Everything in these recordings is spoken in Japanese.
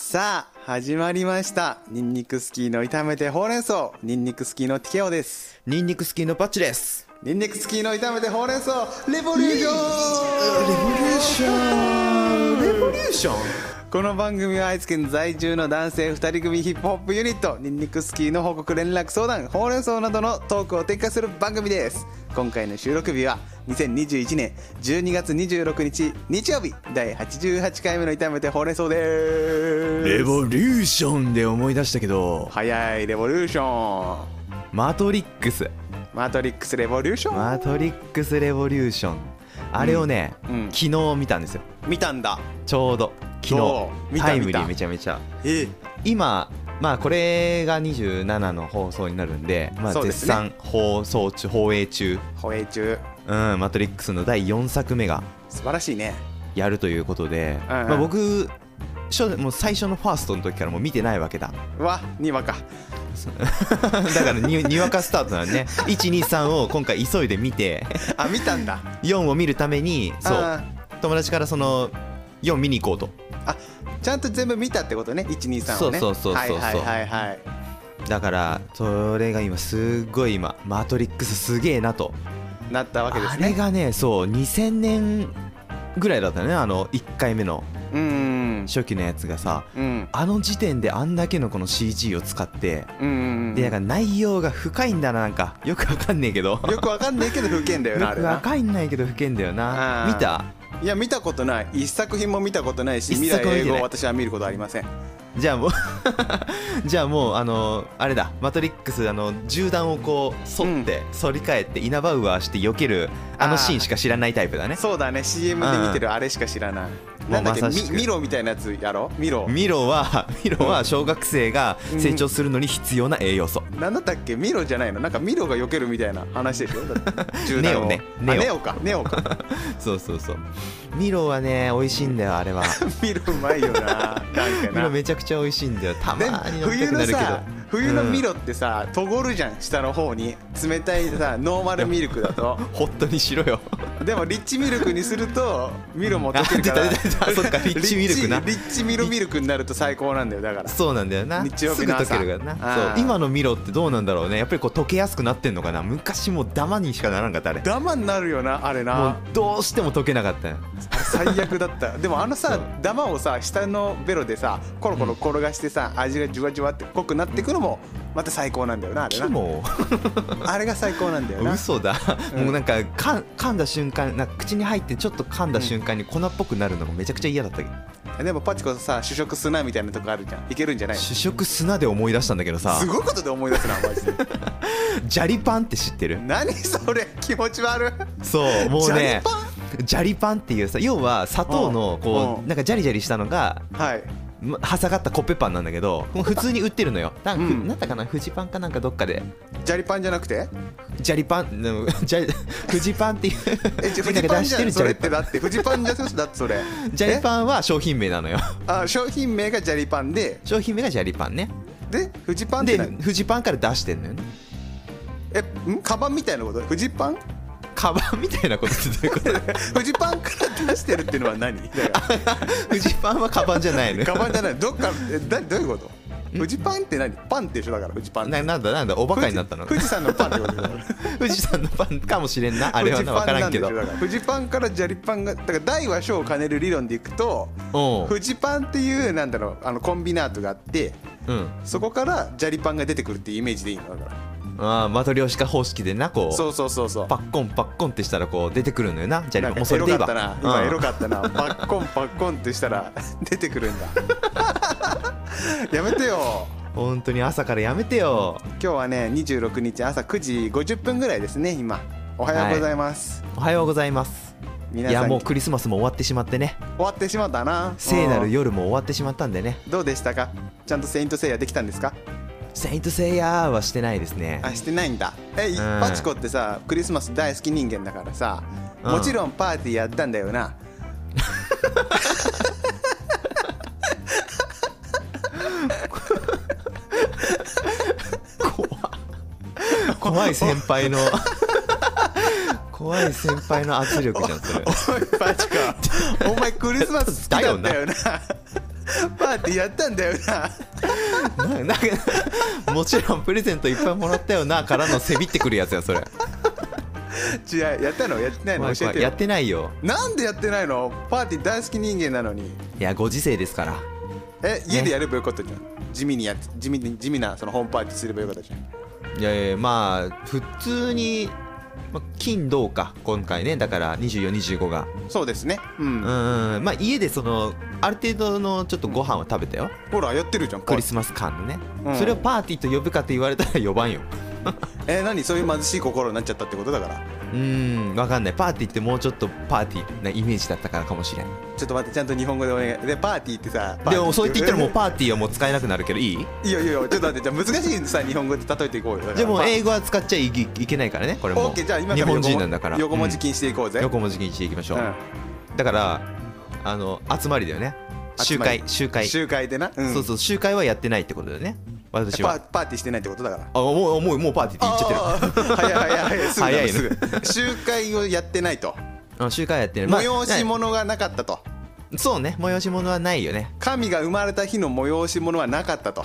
さあ始まりましたニンニクスキーの炒めてほうれん草ニンニクスキーのティケオですニンニクスキーのパッチです。ニンニクスキーの炒めてほうれん草レボリューションレボリューション。レボリューション。この番組は愛知県在住の男性2人組ヒップホップユニットニンニクスキーの報告連絡相談ほうれん草などのトークを展開する番組です今回の収録日は2021年12月26日日曜日第88回目の炒めてほうれん草ですレボリューションで思い出したけど、早いレボリューションマトリックス。マトリックスレボリューション、マトリックスレボリューション。あれをね、うん昨日見たんですよ。見たんだちょうど昨どう見日たタイムリ見ーためちゃめちゃ。え今。まあこれが27の放送になるんで、まあ、そうで絶すね賛放送中、放映中、放映中うん、マトリックスの第4作目が素晴らしいねやるということで、うんうんまあ、僕初もう最初のファーストの時からもう見てないわけだ うわにわかだからににわかスタートな のね123を今回急いで見てあ見たんだ4を見るためにそうあ友達からその4見に行こうとーあちゃんと全部見たってことね123をねそうそうそうそうそうはいはいはいはいだからそれが今すっごい今「マトリックスすげえなと」なったわけですあねれがねそう2000年ぐらいだったねあの1回目のうん初期のやつがさうんあの時点であんだけのこの CG を使ってうんでなんか内容が深いんだななんかよくわかんねえけどよくわかんないけど不見だよなあよれくなわかんないけど不見だよなうん見たいや見たことない一作品も見たことないし未一来作も見てない英語を私は見ることありませんじゃあもう じゃあもうあのあれだ「マトリックス」あの銃弾をこう反って、反り返ってイナバウアーして避けるああーのシーンしか知らないタイプだねそうだね CM で見てるあれしか知らない、うんなんだっけもうまさしくみミロみたいなやつやろミロミロは ミロは小学生が成長するのに必要な栄養素、なんだったっけミロじゃないのなんかミロが避けるみたいな話でしょだ って銃弾をネオねあネオネオかネオか そうそうそうミロはね美味しいんだよあ れはミロうまいよななんミかロなめちゃくちゃ美味しいんだよたまでーに飲み冬たくのなるけどさ冬のうんミロってさ、とごるじゃん下の方に冷たいさノーマルミルクだ と本当にしろよでもリッチミルクにするとミロも溶けるからあ出た出た出たそっかリッチミルク なリッチリッチミロミルクになると最高なんだよだからそうなんだよな日曜日の朝すぐ溶けるからあなーそう今のミロってどうなんだろうねやっぱりこう溶けやすくなってんのかな昔もうダマにしかならんかったあれダマになるよなあれもうなどうしても溶けなかったよ最悪だ ったでもあのさダマをさ下のベロでさコロコロ転がしてさ味がジュワジュワって濃くなってくのもまた最高なんだよなあれキなモあれが最高なんだよな嘘だ、うんもうなんかかん噛んだ瞬間なんか口に入ってちょっと噛んだ瞬間に粉っぽくなるのがめちゃくちゃ嫌だったけど、でもパチコさ主食すなみたいなとこあるじゃんいけるんじゃない主食砂で思い出したんだけどさすごいことで思い出すなマジで ジャリパンって知ってる何それ気持ち悪いそうもうねジャジャリパンっていうさ要は砂糖のこうんうなんかジャリジャリしたのがリパンはいま挟がったコッペパンなんだけどもう普通に売ってるのよなんかふうんなんだかなフジパンかなんかどっかでジャリパンじゃなくてジャリパンでもジャリ フジパンっていうえじゃフみんなジがパン出じしゃてんるジそャれっリてパンだってフジパンじゃなくてだってそれジャリパンは商品名なのよあ商品名がジャリパンで商品名がジャリパンねでフジパンっでて何フジパンから出してんのよねえんカバンみたいなことフジパンカバンみたいなことってどういうこと フジパンから出してるっていうのは 何だからフジパンはカバンじゃないのカよバンじゃないどっかえだどういうことフジパンって何パンって一緒だからフジパンってななんだなんだおバカになったの富士富士山のパンってことだから富士山のパンかもしれんな あれはフジパな分ンからんけどなでしょだからフジパンからジャリパンがだから大は小を兼ねる理論でいくとおフジパンっていうなんだろうあのコンビナートがあってううんそこからジャリパンが出てくるっていうイメージでいいのだからあーマトリョーシカ方式でなこうそうそうそうそうパッコンパッコンってしたらこう出てくるのよなジャリなパんかンもうそエれロでいかったいわな今うんエロか ったなパッコンパッコンってしたら出てくるんだ やめてよ本当に朝からやめてよ今日はね26日朝9時50分ぐらいですね今おはようございます、おはようございます皆いさんやもうクリスマスも終わってしまってね終わってしまったな聖なうるん夜も終わってしまったんでねどうでしたかちゃんとセイントセイヤできたんですか「セイント・セイヤー」はしてないですねあしてないんだえ、いうんパチコってさクリスマス大好き人間だからさうんもちろんパーティーやったんだよ な、怖い先輩の怖い先輩の圧力じゃんそおれいパチコお前クリスマス好きだったよなパパーティーやったんだよなななんかもちろんプレゼントいっぱいもらったよなからのせびってくるやつやそれ、違うやったのやってないまあの教えてやよってないよなんでやってないのパーティー大好き人間なのにいやご時世ですからえ家でやればよかったじゃん、地味にやっ地味に地味なそのホームパーティーすればよかったじゃんいやいやまあ普通に、まあ、金銅か今回ねだから2425がそうですねうん、うんうんまあ家でそのある程度のちょっとご飯は食べたよ、ほらやってるじゃんクリスマス感のね、うんそれをパーティーと呼ぶかって言われたら呼ばんよえ何そういう貧しい心になっちゃったってことだからうーんわかんないパーティーってもうちょっとパーティーなイメージだったからかもしれんちょっと待ってちゃんと日本語でお願いでパーティーってさパーティでーもそう言って言ったらもうパーティーはもう使えなくなるけどいいいいよいいよちょっと待ってじゃあ難しいさ日本語で例えていこうよでも英語語は使っちゃいけいけないからねこれも OK じゃあ今から日本人なんだから横文字うん禁止でいこうぜ、横文字にしていきましょう、うんだからあの集まりだよね集集まり会集会集会でな、うんそうそう集会はやってないってことだよね私パはパーティーしてないってことだからあもうもうもうパーティーって言っちあーゃってる早い早い早いすぐ早いねだすぐ集会をやってないとうん集会やってる、まあ催し物がなかったとなそうね催し物はないよね神が生まれた日の催し物はなかったと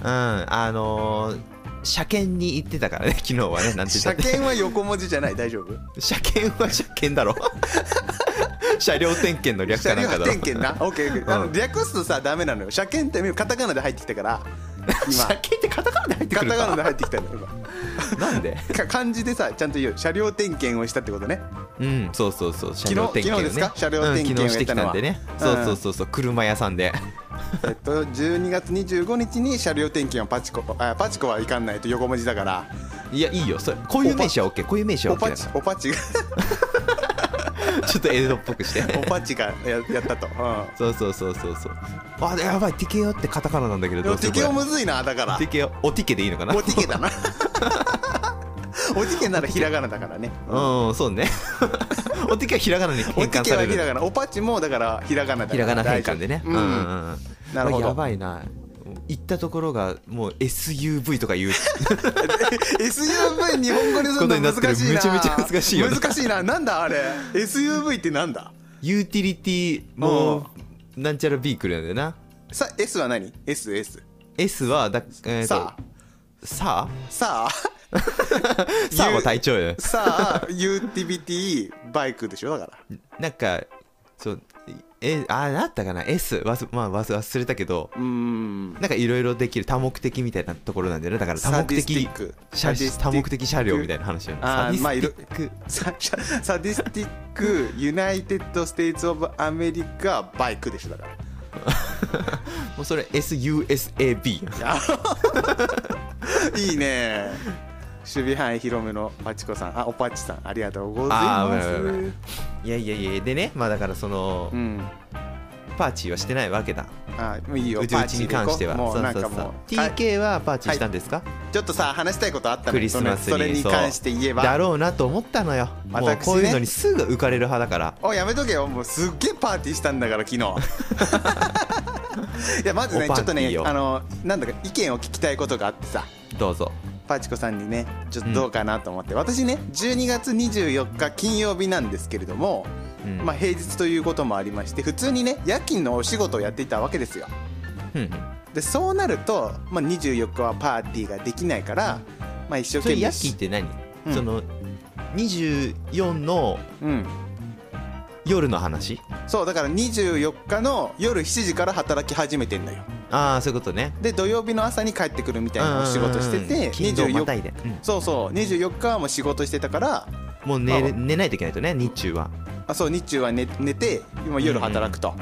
うんあのー車検に行ってたからね 昨日はねなんて言っ車たって検は横文字じゃない大丈夫車検は車検だろ 車両点検の 略車かな両んかだろ点検なオッケーオッケーあうのん略すとさダメなのよ車検ってカタカナで入ってきた から今車検ってカタカナで入ってくカるかタカナで入ってきたの今なんでか漢字でさちゃんと言うよ車両点検をしたって ことねうんそうそうそう車両点検、ね、昨日ですか車両点検うをん、昨日してきたんでねやったのはそうそうそうそう車屋さんでえっと12月25日に車両点検はパチコあパチコはいかんないと横文字だからいやいいよそれこういう名詞は OK こういう名詞はお OK パだチかおパチがらちょっと江戸っぽくして おパチがややったと、うそうそうそうそうそうあでやばいティケよってカタカナなんだけどん、でどもうする適用むずいなだからテ ィケよおティケでいいのかなおティケだな おティケならひらがなだからねうんそうね おティケはひらがなにお変ティ換ケさはれるひらがなおパチもだからひらがなだかひららがな変換でね。大丈夫うんうんうんなるほどやばいな。行ったところがもう SUV とか言う SUV 日本語にするの難ことになってしいなるめちゃめちゃ難しいよな難しいななんだあれ SUV ってなんだユーティリティもうなんちゃらビークルなんだよなさ S は何 ?SS S はだ、えーとさあささああさあは隊長よさあユーティリティバイクでしょだからなんかそうえあなったかな S わすまあわす忘れたけどうーんなんかいろいろできる多目的みたいなところなんだよねだから多目サディ的スティック車サディスティッ多ク目的車両みたいな話よねあサデーまあいィろスティックサササディスティックユナイテッド・ステイツ・オブ・アメリカバイクでしょだからもうそれ SUSAB いいね守備範囲広めのパチコさんあおパチさんありがとうございあまーごめんごめんすごめんいやいやいやでねまあだからその、うんパーチーはしてないわけだあもういいようちパうーちチにでいこう関してはもそううなんそうそかうもうはい TK はパーチーしたんですか、ちょっとさ話したいことあったのクリスマスそにれそれに関して言えばだろうなと思ったのよもう私ねこういうのにすぐ浮かれる派だからおいやめとけよもうすっげえパーティーしたんだから 昨日いやまずねおパーティーちょっとねよあのなんだか意見を聞きたいことがあってさどうぞパチコさんにねちょっとどうかなと思って、私ね12月24日金曜日なんですけれども、うんまあ、平日ということもありまして普通にね夜勤のお仕事をやっていたわけですようんうんでそうなると、まあ、24日はパーティーができないから、まあ、一生そ懸命れヤッキーって何、うんその24のうん、夜の話そうだから24日の夜7時から働き始めてんだよああそういうことねで土曜日の朝に帰ってくるみたいなお仕事してうんうんうてん金土またいで、そうそう24日はもう仕事してたからうんもうまあ寝れ寝ないといけないとね日中はあそう日中は寝寝て今夜働くと、はい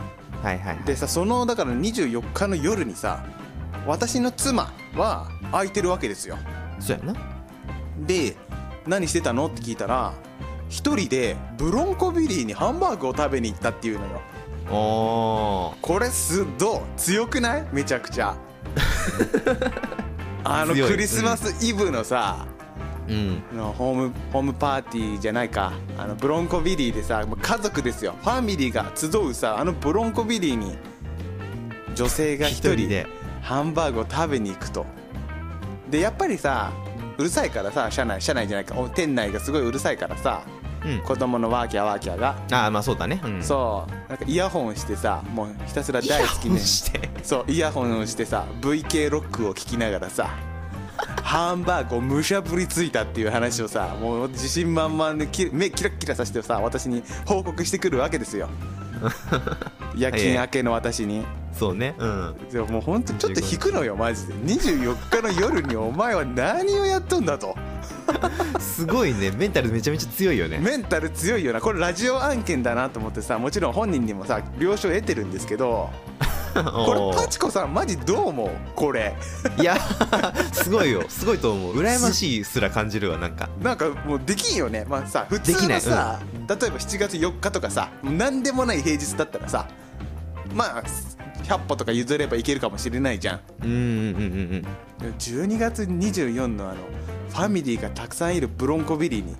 はいはいでさそのだから24日の夜にさ私の妻は空いてるわけですよそうやなで何してたのって聞いたら一人でブロンコビリーにハンバーグを食べに行ったっていうのよおーこれすどう強くないめちゃくち ゃあの強いクリスマスイブのさ、うんのホームホームパーティーじゃないかあのブロンコビリーでさもう家族ですよファミリーが集うさあのブロンコビリーに女性が一一人人でハンバーグを食べに行くとでやっぱりさうるさいからさ車内車内じゃないかお店内がすごいうるさいからさうん子供のワーキャーワーキャーが、ああまあそうだね、うん、そうなんかイヤホンしてさもうひたすらイヤ大好きホンねしてそうイヤホンをしてさ VK ロックを聴きながらさハンバーグをむしゃぶりついたっていう話をさもう自信満々でき目キラッキラさせてさ私に報告してくるわけ ですよ夜勤明けの私に。そうねうんでももうほんとちょっと引くのよマジで24日の夜にお前は何をやっとんだとすごいねメンタルめちゃめちゃ強いよねメンタル強いよなこれラジオ案件だなと思ってさもちろん本人にもさ了承得てるんですけどこおれーパチコさんマジどう思うこれ いや すごいよすごいと思う羨ましいすら感じるわなんかなんかもうできんよねまあさ普通できなのいさ、例えば7月4日とかさ何でもない平日だったらさまあ100歩とか譲ればいけるかもしれないじゃんうんうんうんうんでも12月24のあのファミリーがたくさんいるブロンコビリーに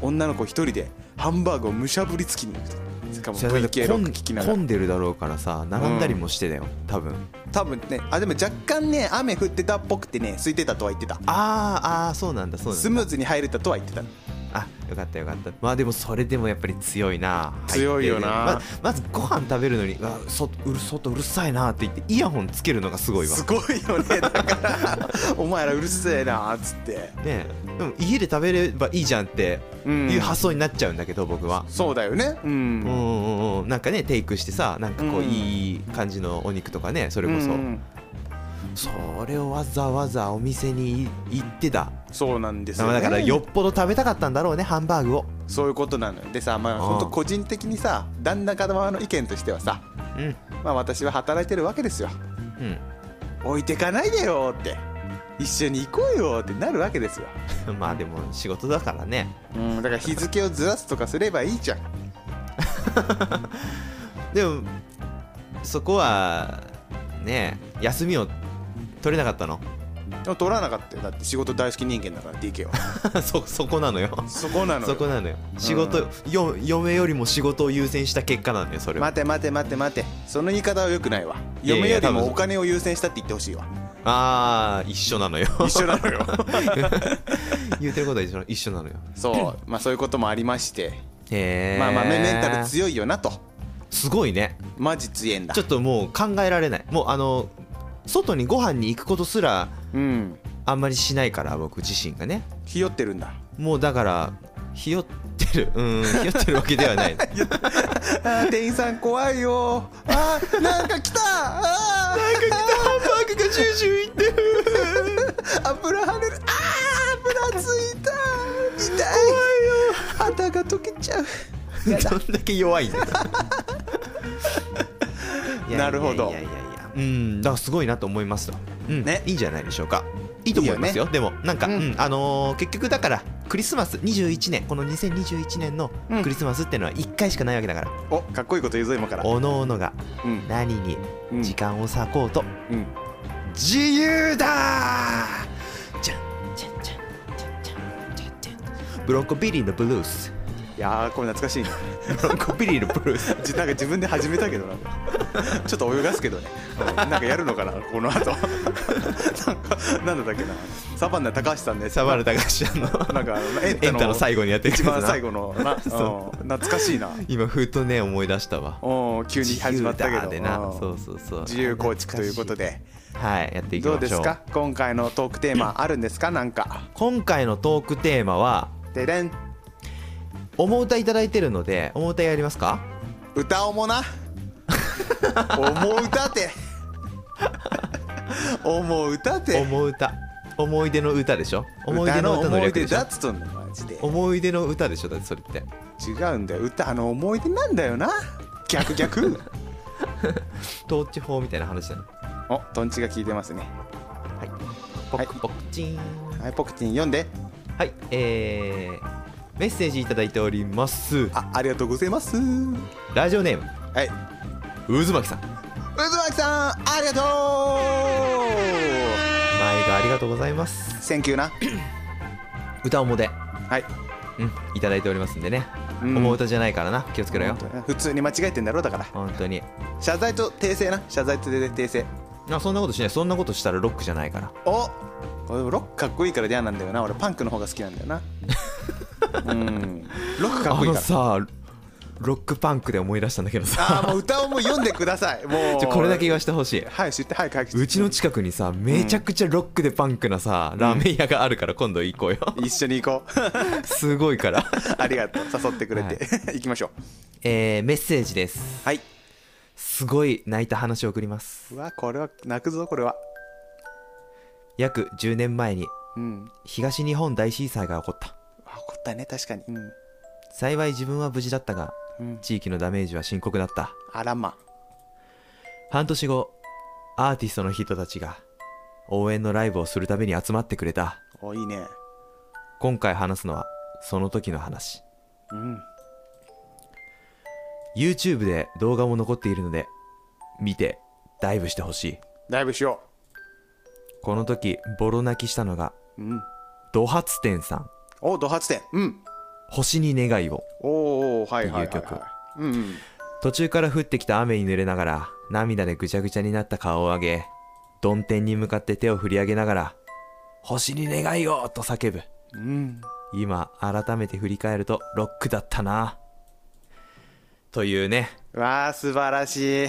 女の子一人でハンバーグをむしゃぶりつきに行くとしかもじゃあだって VK ロック聞きながら混んでるだろうからさ並んだりもしてたよ、多分多分ねあでも若干ね雨降ってたっぽくてね空いてたとは言ってたあーあーそうなんだそうなんだスムーズに入れたとは言ってたあよかったよかったまあでもそれでもやっぱり強いな強いよな入ってるねままずご飯食べるのにうわそうる外うるさいなって言ってイヤホンつけるのがすごいわすごいよ ねだからお前らうるせえなっつってねえでも家で食べればいいじゃんってうんいう発想になっちゃうんだけど、僕はそうだよねううんんうんうんなんかねテイクしてさなんかこう、うんいい感じのお肉とかねそれこうそ、んそれをわざわざお店に行ってたそうなんですよ、ね、だからよっぽど食べたかったんだろうねハンバーグをそういうことなのよでさまあうん本当個人的にさ旦那側の意見としてはさうんまあ私は働いてるわけですよ置いてかないでよって一緒に行こうよってなるわけですよ、うん まあでも仕事だからねうん、だから日付をずらすとかすればいいじゃんでもそこはね休みを取れなかったの でも取らなかったよだって仕事大好き人間だから DK はそそこなのよ そこなのそこよなのよ仕事、よ嫁よりも仕事を優先した結果なのよそれは、待て待て待て待てその言い方はよくないわいやいや嫁より多も分お金を優先したって言ってほしいわあー一緒なのよ一緒なのよ 言うてることは一緒一緒なのよ そうまあそういうこともありましてへえまあまあメメンタル強いよなとすごいねマジ強えんだちょっともう考えられないもうあの外にご飯に行くことすらうんあんまりしないから僕自身がねひよってるんだもうだからひよってるうんひよってるわけでは ないあー店員さん怖いよあーなんか来たあーハンバーグがジュージューいってる油跳ねるあー油ついた痛い怖いよ肌が溶けちゃうどんだけ弱いんだなるほどいやいやいやいやうんだからすごいなと思いますと、うんねいいんじゃないでしょうかいいと思いますよでもなんか、ううんんあのー結局だからクリスマス21年この2021年のうんクリスマスってのは1回しかないわけだから、おかっこいいこと言うぞ今からおのおのがうん何にうん時間を割こうとうん自由だーじゃんじゃんじゃんじゃんじゃんじゃんじゃんブロンコビリーのブルースいやーこれ懐かしいねブロンコビリーのブルースじなんか自分で始めたけどなんかちょっと泳がすけどね、うんなんかやるのかなこの後なんかなんだったっけなサバンナ高橋さんねサバル高橋さんのなんかあのエン エンタの最後にやってるやつ一な番最後のな、うん、そ懐かしいな今ふとね思い出したわうん急に始まったけ自由だどーでなうんそうそうそう自由構築ということではいやっていきましょどううですか今回のトークテーマあるんですかなんか今回のトークテーマはでれんおも歌いただいてるのでおも歌いやりますか歌おもな 思う歌て思う歌おても歌思い出の歌でしょ思い出歌のの歌の思い略出でしょだっつとんのマジで思い出の歌でしょだってそれって違うんだよ歌の思い出なんだよな逆 逆統治法みたいな話だねおトンチが効いてますねはいポクポクチーンはいポクティン読んではいえーメッセージいただいておりますあありがとうございますはラジオネームいう渦巻さんずまきさんありがと毎度ありがとうございますうセンキューな歌おもではいうんいただいておりますんでね、うん思う歌じゃないからな気をつけろよ普通に間違えてんだろうだから本当に謝罪と訂正な謝罪と訂正あそんなことしないそんなことしたらロックじゃないから おこれロックかっこいいから嫌なんだよな俺パンクの方が好きなんだよなうんロックかっあこいいのからさロックパンクで思い出したんだけどあさあもう歌をもう読んでくださいもうちょこれだけ言わせてほしいはい知ってはい解決うちの近くにさめちゃくちゃロックでパンクなさ、ラーメン屋があるから今度行こうよ一緒に行こう すごいから、ありがとう誘ってくれて、 行きましょうえー、メッセージですはいすごい泣いた話を送りますうわこれは泣くぞこれは約10年前にうん東日本大震災が起こったあ怒ったね確かにうん、幸い自分は無事だったがうん、地域のダメージは深刻だったあらま半年後アーティストの人たちが応援のライブをするために集まってくれたおいいね今回話すのはその時の話うん YouTube で動画も残っているので見てダイブしてほしいダイブしよこの時ボロ泣きしたのがううんド発展さんおド発展うん星に願いをおーおーはいはいはい、っていう曲はい、うんうん途中から降ってきた雨に濡れながら涙でぐちゃぐちゃになった顔を上げ曇天に向かって手を振り上げながら星に願いをと叫ぶうん今改めて振り返るとロックだったなというねわあ素晴らしい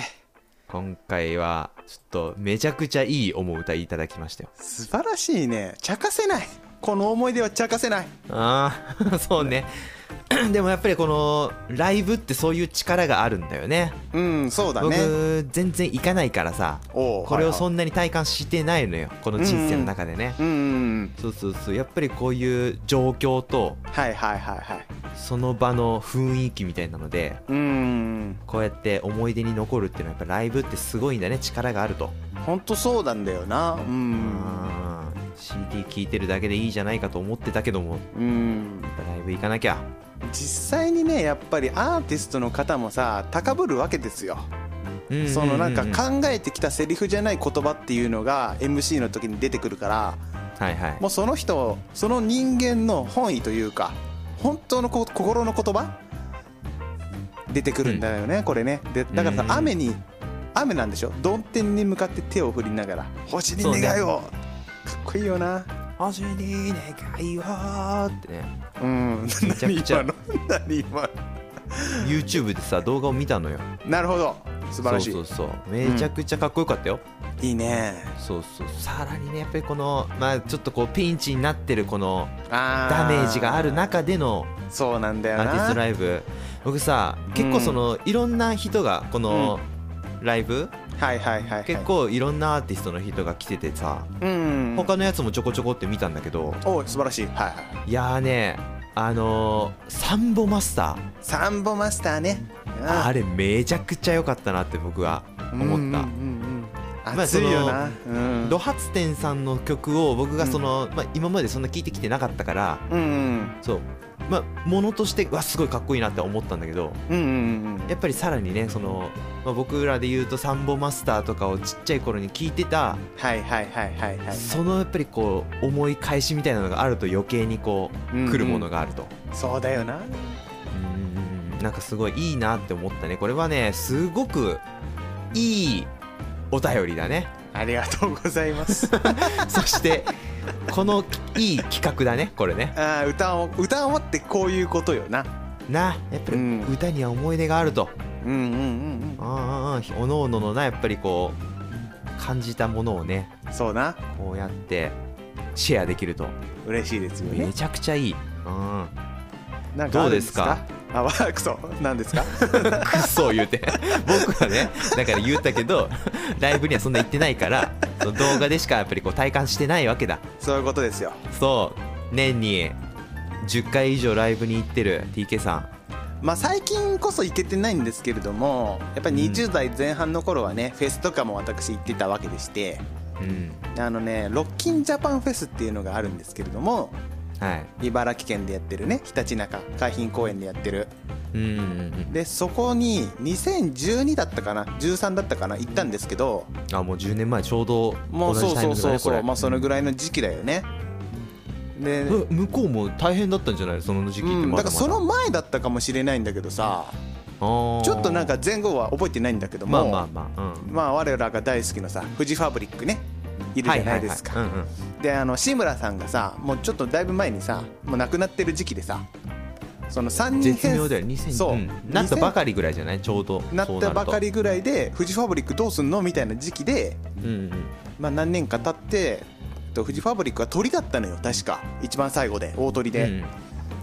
今回はちょっとめちゃくちゃいい思う歌いただきましたよ素晴らしいね茶化せないこの思い出は茶化せないああ そうねでもやっぱりこのライブってそういう力があるんだよねうんそうだね僕全然行かないからさおーこれはいをはそんなに体感してないのよこの人生の中でねいうんうんそうそうそうやっぱりこういう状況とはいはいはいはいその場の雰囲気みたいなのでうんこうやって思い出に残るっていうのはやっぱライブってすごいんだね力があるとほんとそうなんだよなううん CD 聴いてるだけでいいじゃないかと思ってたけどもやうんっぱライブ行かなきゃ実際にねやっぱりアーティストの方もさ高ぶるわけですようんそのなんかうう考えてきたセリフじゃない言葉っていうのが MC の時に出てくるからはいはいもうその人その人間の本意というか本当のこ心の言葉出てくるんだよね、これねでだからさ、うん雨に雨なんでしょ曇天に向かって手を振りながら「星に願いを」かっこいいよな星に願いをってねうんめちゃくち何今ゃの何今の YouTube でさ動画を見たのよなるほど素晴らしいそうそうそうめちゃくちゃかっこよかったよ、いいねそうそうさらにねやっぱりこのまあちょっとこうピンチになってるこのあーダメージがある中でのそうなんだアよーティスなトライブ僕さ結構その、いろんな人がこのライブ、はいはいはい、はい、結構いろんなアーティストの人が来ててさ、うん他のやつもちょこちょこって見たんだけどお素晴らしいはいはいいやーねあのー、サンボマスターサンボマスターねあれれめちゃくちゃ良かったなって僕は思った。た熱いよまなあうんドハツテンさんの曲を僕がその、まあ、今までそんな聴いてきてなかったからうんうんそうまあものとしてうわすごいかっこいいなって思ったんだけどうんうんやっぱりさらにねその、まあ、僕らで言うとサンボマスターとかをちっちゃい頃に聴いてたはいはいはいはいはいそのやっぱりこう思い返しみたいなのがあると余計にこううんうん来るものがあると。そうだよなうんなんかすごいいいなって思ったねこれはねすごくいいお便り だねありがとうございます そしてこのいい企画だねこれねあー歌を歌をってこういうことよななやっぱりうん歌には思い出があると、うんうんうんああああおのおののなやっぱりこう感じたものをねうんそうなこうやってシェアできると嬉しいですよめねちゃくちゃいい、うん、なんかあるんどうあわクソなんです かくっそ言うて 僕はねだから言ったけどライブにはそんな行ってないからその動画でしかやっぱりこう体感してないわけだそういうことですよそう年に10回以上ライブに行ってる TK さんまあ、最近こそ行けてないんですけれどもやっぱり20代前半の頃はね、フェスとかも私行ってたわけでしてうんあのねロッキンジャパンフェスっていうのがあるんですけれどもはい茨城県でやってるねひたちなか海浜公園でやってるうんうんうんでそこに2012だったかな13だったかな行ったんですけどあもう10年前ちょうども同うそうじタイそミうングだそうねこそう、れまあそのぐらいの時期だよねで、え向こうも大変だったんじゃないその時期ってうん、だかまだらまそだの前だったかもしれないんだけどさあーちょっとなんか前後は覚えてないんだけどもまあまあまあうんまあ我らが大好きのさフジファブリックねいるじゃないですか、はいはいはいであの志村さんがさもうちょっとだいぶ前にさもう亡くなってる時期でさうんその3人編絶妙だよ2000そう、んなったばかりぐらいじゃないちょうどりなっそうたばかるりぐらいでフジファブリックどうすんのみたいな時期で、とうんうんまあ、何年か経ってえっとフジファブリックは鳥だったのよ確か一番最後で大鳥で、うん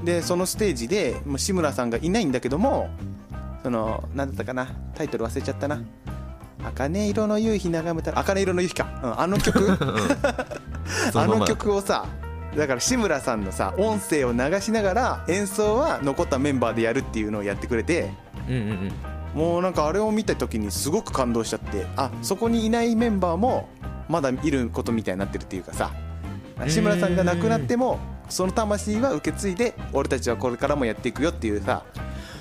でそのステージでもう志村さんがいないんだけどもその何だったかなタイトル忘れちゃったな「茜色の夕日眺めたら」「茜色の夕日か」うん、あの曲 そあのままの曲をさだから志村さんのさ音声を流しながら演奏は残ったメンバーでやるっていうのをやってくれてうんうんもうなんかあれを見た時にすごく感動しちゃってあそこにいないメンバーもまだいることみたいになってるっていうかさうん志村さんが亡くなってもその魂は受け継いで俺たちはこれからもやっていくよっていうさ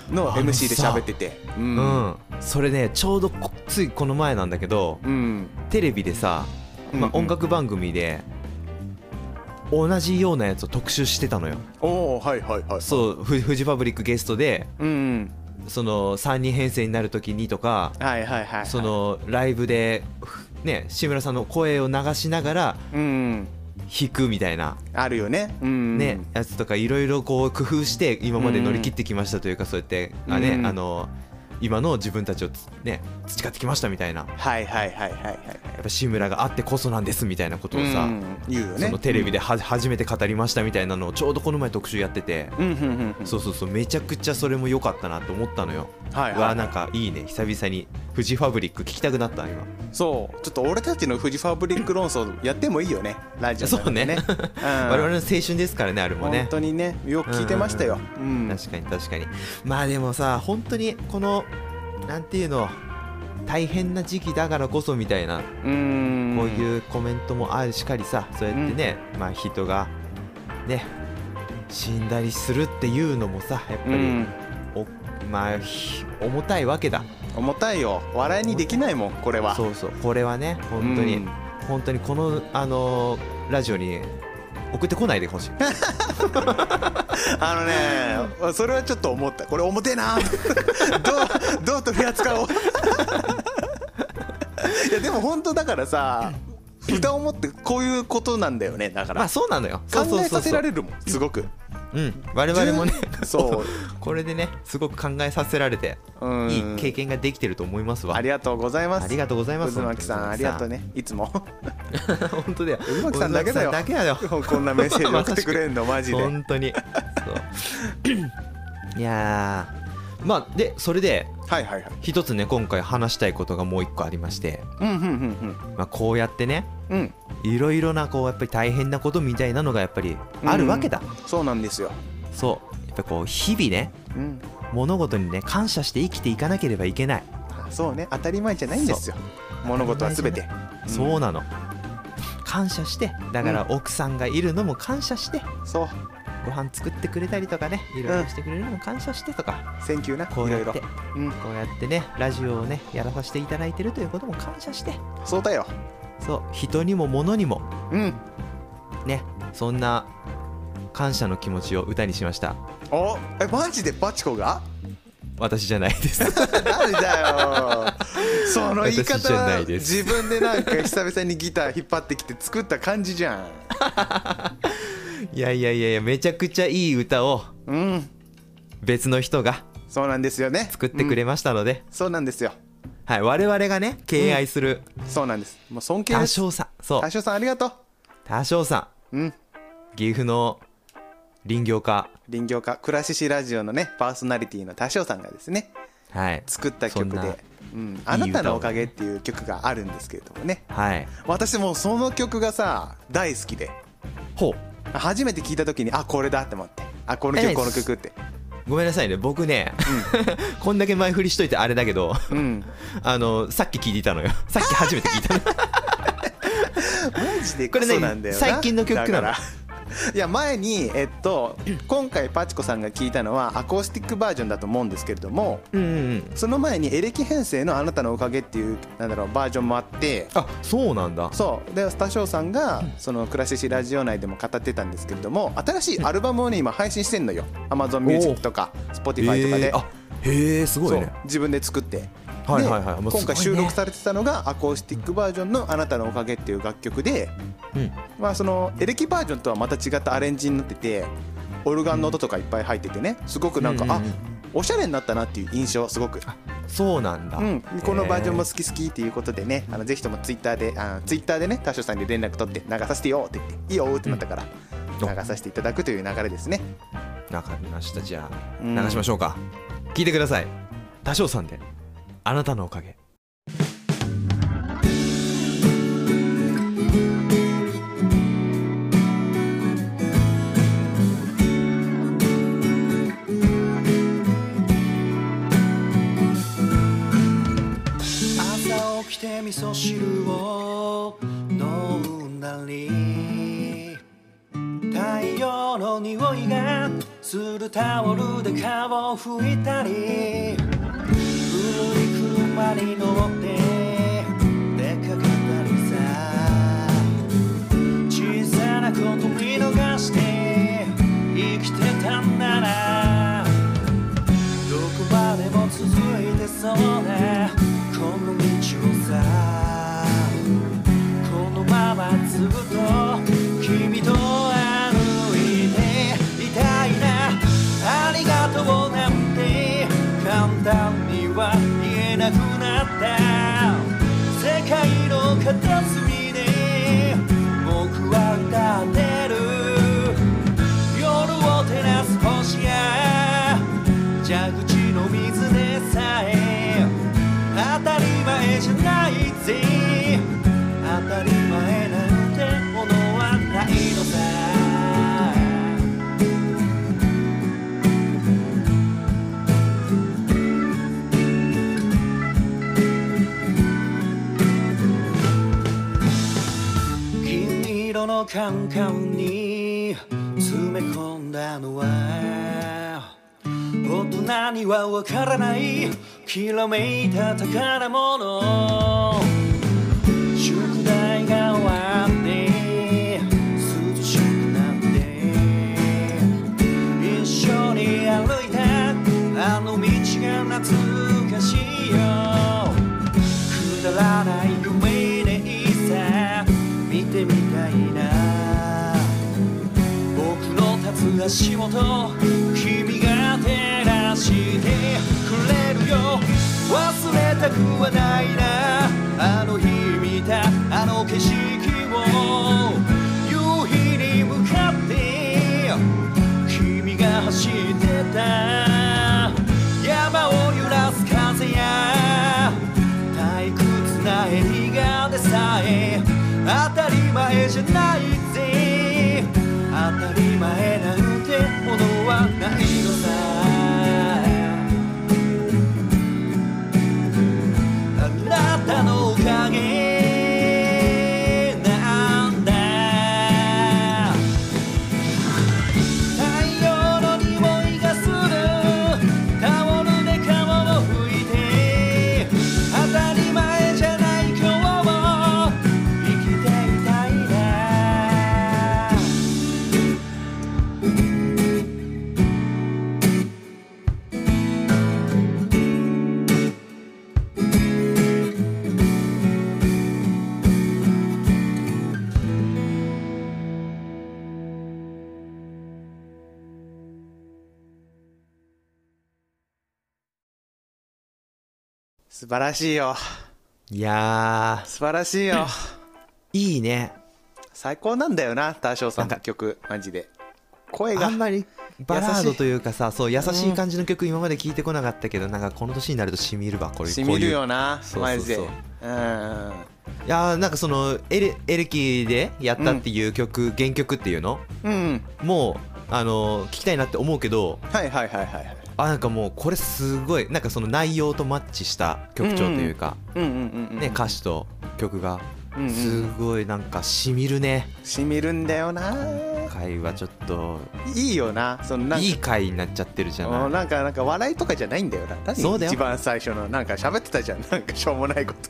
のをあのさ MC で喋っててううんん、うん、それねちょうどこついこの前なんだけどうんテレビでさ、まあ、うんうん音楽番組で同じようなやつを特集してたのよおおはいはいはいそうフフジファブリックゲストでうんうんその3人編成になる時にとかはいはいはいはいそのライブでふね志村さんの声を流しながらうん弾くみたいなあるよねうんね、やつとかいろいろこう工夫して今まで乗り切ってきましたというか、そうやって、あねうんあの今の自分たちをつね培ってきましたみたいなやはいはいはいはいはいっぱ志村があってこそなんですみたいなことをさ、うん言うよねそのテレビでは、初めて語りましたみたいなのをちょうどこの前特集やってて、うんうんうんうんそうそうそうめちゃくちゃそれも良かったなと思ったのよ、はいはいうわなんかいいね久々にフジファブリック聞きたくなった今そうちょっと俺たちのフジファブリック論争やってもいいよねラジオの中でねそうねうん 我々の青春ですからねあれもね本当にねよく聞いてましたよ、うん確かに確かにまあでもさ本当にこのなんていうの大変な時期だからこそみたいな、うんこういうコメントもあるしかりさそうやってね、まあ人がね死んだりするっていうのもさやっぱり、うんおまあひ重たいわけだ重たいよ笑いにできないもんこれはそうそうこれはね本当に、うん本当にこのあのーラジオに送ってこないでほしいあのねそれはちょっと思ったこれ重てえな どうどう取り扱おういやでも本当だからさ蓋を持ってこういうことなんだよねだかまあらそうなのよ考そうえそうそうそうさせられるもんすごくうん我々もねそうこれでねすごく考えさせられてうん いい経験ができてると思いますわありがとうございますありがとうございます渦巻さんありがとうねいつ も本当だよ渦巻さんだけだよ渦巻さんだけだよこんなメッセ ージ送ってくれんのマジで本当にそういやーまあでそれではいはいはい一つね今回話したいことがもう一個ありまして、うんうんうんまあ、こうやってねうんうんいろいろなこうやっぱり大変なことみたいなのがやっぱりあるわけだ、そうなんですよそうやっぱこう日々ねうん物事にね感謝して生きていかなければいけない、そうね当たり前じゃないんですよ物事は全てうんそうなの感謝してだから奥さんがいるのも感謝して、そうご飯作ってくれたりとかねいろいろしてくれるのも感謝してとか、センキューなこういやろいっろてうんこうやってねラジオをねやらさせていただいてるということも感謝してそうだよそう人にも物にもうんねそんな感謝の気持ちを歌にしましたおえマジでバチコが私じゃないです 誰だよ その言い私方じゃなはいです自分でなんか久々にギター引っ張ってきて作った感じじゃんいやいやいやいやめちゃくちゃいい歌をうん別の人がそうなんですよね作ってくれうんましたので、そうなんですよはい我々がね敬愛するそうなんですもう尊敬多です少さんそう多少さんありがとう多少さうんん岐阜の林業家林業家倉敷市ラジオのねパーソナリティの多少さんがですねはい作った曲そんなで「うん、あなたのおかげ」っていう曲があるんですけれどもねはい私もうその曲がさ大好きでほう初めて聴いた時にあこれだって思ってあこのえ曲この曲ってごめんなさいね僕ね、 こんだけ前振りしといてあれだけど うんあのさっき聞いていた のよさっき初めて聞いたのマジでこれクねソなんだよな最近の曲なのだからいや前にえっと今回パチコさんが聴いたのはアコースティックバージョンだと思うんですけれどもうんうんうんその前にエレキ編成の「あなたのおかげ」っていうなんだろうバージョンもあってあそうなんだそうでスタショーさんがその倉敷市ラジオ内でも語ってたんですけれども新しいアルバムをね今配信してんのよ Amazon おー Music とか Spotify とかへで、えあへえすごいそうね自分で作って、はいはいはいでもうすごいね今回収録されてたのがアコースティックバージョンの「あなたのおかげ」っていう楽曲で、うんまあ、そのエレキバージョンとはまた違ったアレンジになっててオルガンの音とかいっぱい入っててねすごくなんか、うんうんあうんおしゃれになったなっていう印象すごく、そうなんだ、うん、このバージョンもえ好き好きっていうことでね、あのぜひともツイッターであツイッターでね田所さんに連絡取って流させてよって言っていいよってなったから、うん流させていただくという流れですねーわかりましたじゃあうん流しましょうか、聞いてください多少さんであなたのおかげ朝起きて味噌汁を飲んだり太陽の匂いがするタオルで顔を拭いたり古い車に乗って出かけたりさ小さなこと見逃して生きてたんだなどこまでも続いてそうなこの道をさこのままずっと君と歩いていたいなありがとうなんて簡単には言えなくなった世界の片隅で僕は歌ってる夜を照らす星や蛇口の水でさえ当たり前じゃないぜ当たり前なんてものはないのさ金色のカンカンに詰め込んだのは大人にはわからないきらめいた宝物宿題が終わって涼しくなって一緒に歩いたあの道が懐かしいよくだらない夢でいいさ見てみたいな僕の立つ足元君が照らしてくれるよ忘れたくはないなあの日見たあの景色を夕日に向かって君が走ってた山を揺らす風や退屈な映画でさえ当たり前じゃないぜ当たり前なんてものはないのさあなたのおかげなんだ太陽の匂いがするタオルで顔を拭いて当たり前じゃない今日を生きていたいな素晴らしいよいやー素晴らしいよいいね最高なんだよな大将さんの曲マジで声あがんまりバラー優ドしいというかさそう優しい感じの曲今まで聞いてこなかったけどなんかこの年になるとしみるわこれしみるこよなそうそうそうマジでうんういういやーなんかそのエレエレキでやったっていう曲、原曲っていうのうんうんもうあのー聞きたいなって思うけどはいはいはいはいはいあなんかもうこれすごいなんかその内容とマッチした曲調というか、うんうんうんうんね、歌詞と曲がうんうんすごいなんかしみるねしみるんだよな今回はちょっといいよなそのなんかいい回になっちゃってるじゃうないんなんかなんか笑いとかじゃないんだよな何そうだよ一番最初のなんか喋ってたじゃんなんかしょうもないこ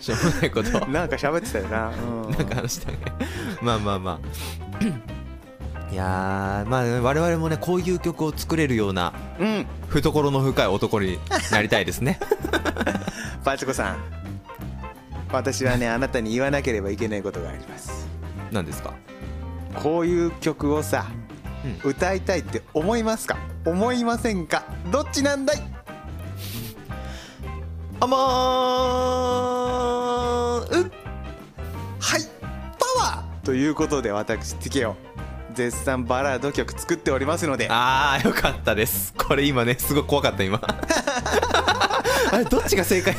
しょうもないこととなんか喋ってたよな、うん、なんか話したね まあまあまあいやーまあ我々もねこういう曲を作れるようなうん懐の深い男になりたいですね バチコさん私はねあなたに言わなければいけないことがあります何ですかこういう曲をさ歌いたいって思いますか思いませんかどっちなんだいあはいパまーうワーということで私 TK を絶賛バラード曲作っておりますのであーよかったですこれ今ねすごい怖かった今 あれどっちが正解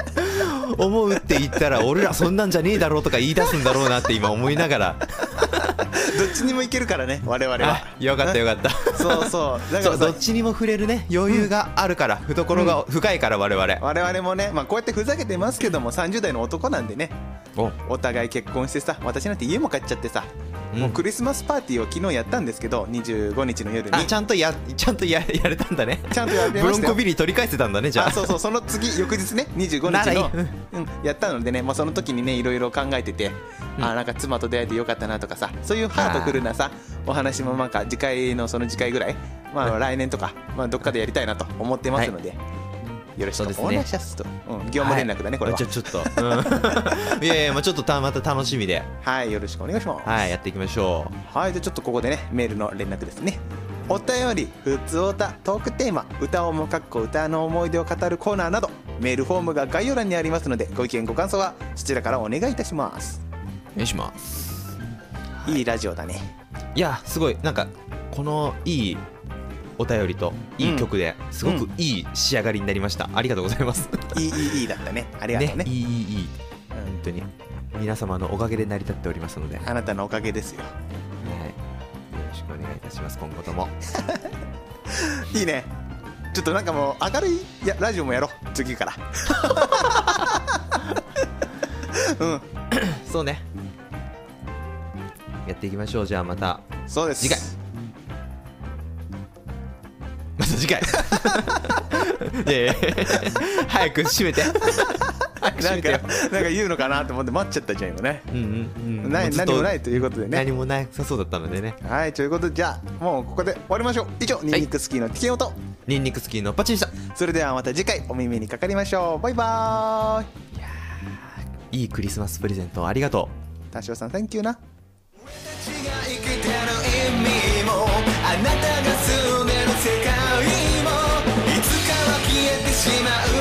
思うって言ったら俺らそんなんじゃねえだろうとか言い出すんだろうなって今思いながらどっちにもいけるからね我々はあよかったよかった そうそうだかそうらどさっちにも触れるね余裕があるから、懐が深いから我々、我々もね、まあ、こうやってふざけてますけども30代の男なんでねおお互い結婚してさ私なんて家も買っちゃってさ、うんもうクリスマスパーティーを昨日やったんですけど25日の夜あにちゃんとやちゃんとややれたんだねちゃんとやれブまロしンたよコビリー取り返せたんだねじゃああそうそうその次翌日ね25なら日いいのうん、やったのでね、まあ、その時にねいろいろ考えてて、あなんか妻と出会えてよかったなとかさそういうハートフルなさお話もなんか次回のその次回ぐらい、まあ、来年とか、まあ、どっかでやりたいなと思ってますので、よろしそうですくねお願いしますと、うん、業務連絡だね、これはじゃあちょっと、うん いやいやまあちょっとたまた楽しみではいよろしくお願いしますはいやっていきましょうはい、じゃあちょっとここでね、メールの連絡ですね。お便り、ふつおた、トークテーマ、歌をもかっこ歌の思い出を語るコーナーなど、メールフォームが概要欄にありますので、ご意見ご感想はそちらからお願いいたします。お願いしますいいラジオだね。いやすごいなんかこのいいお便りといい曲ですごくいい仕上がりになりました、ありがとうございますいい、いい、いいだったね。ありがとうね。いいいいいいうん本当に皆様のおかげで成り立っておりますので、はい、あなたのおかげですよ。よろしくお願いいたします今後ともいいね。ちょっとなんかもう明るいいやラジオもやろう次からうんそうねやっていきましょうじゃあまたそうです次回また次回 いやいや早く閉めて早く閉な めんてかなよんか言うのかなと思って待っちゃったじゃん今ねうんうんうんないずっ何ともないということでね何もないさそうだったのでねはい、ということで、じゃあ、もうここで終わりましょう。以上、ニンニクスキーの危険音と、ニンニクスキーのパチンしたそれではまた次回、お耳にかかりましょう。バイバーイ。いいクリスマスプレゼントありがとう田代さん、サンキューな。私が生きてる意味もあなたが住んでる世界もいつかは消えてしまう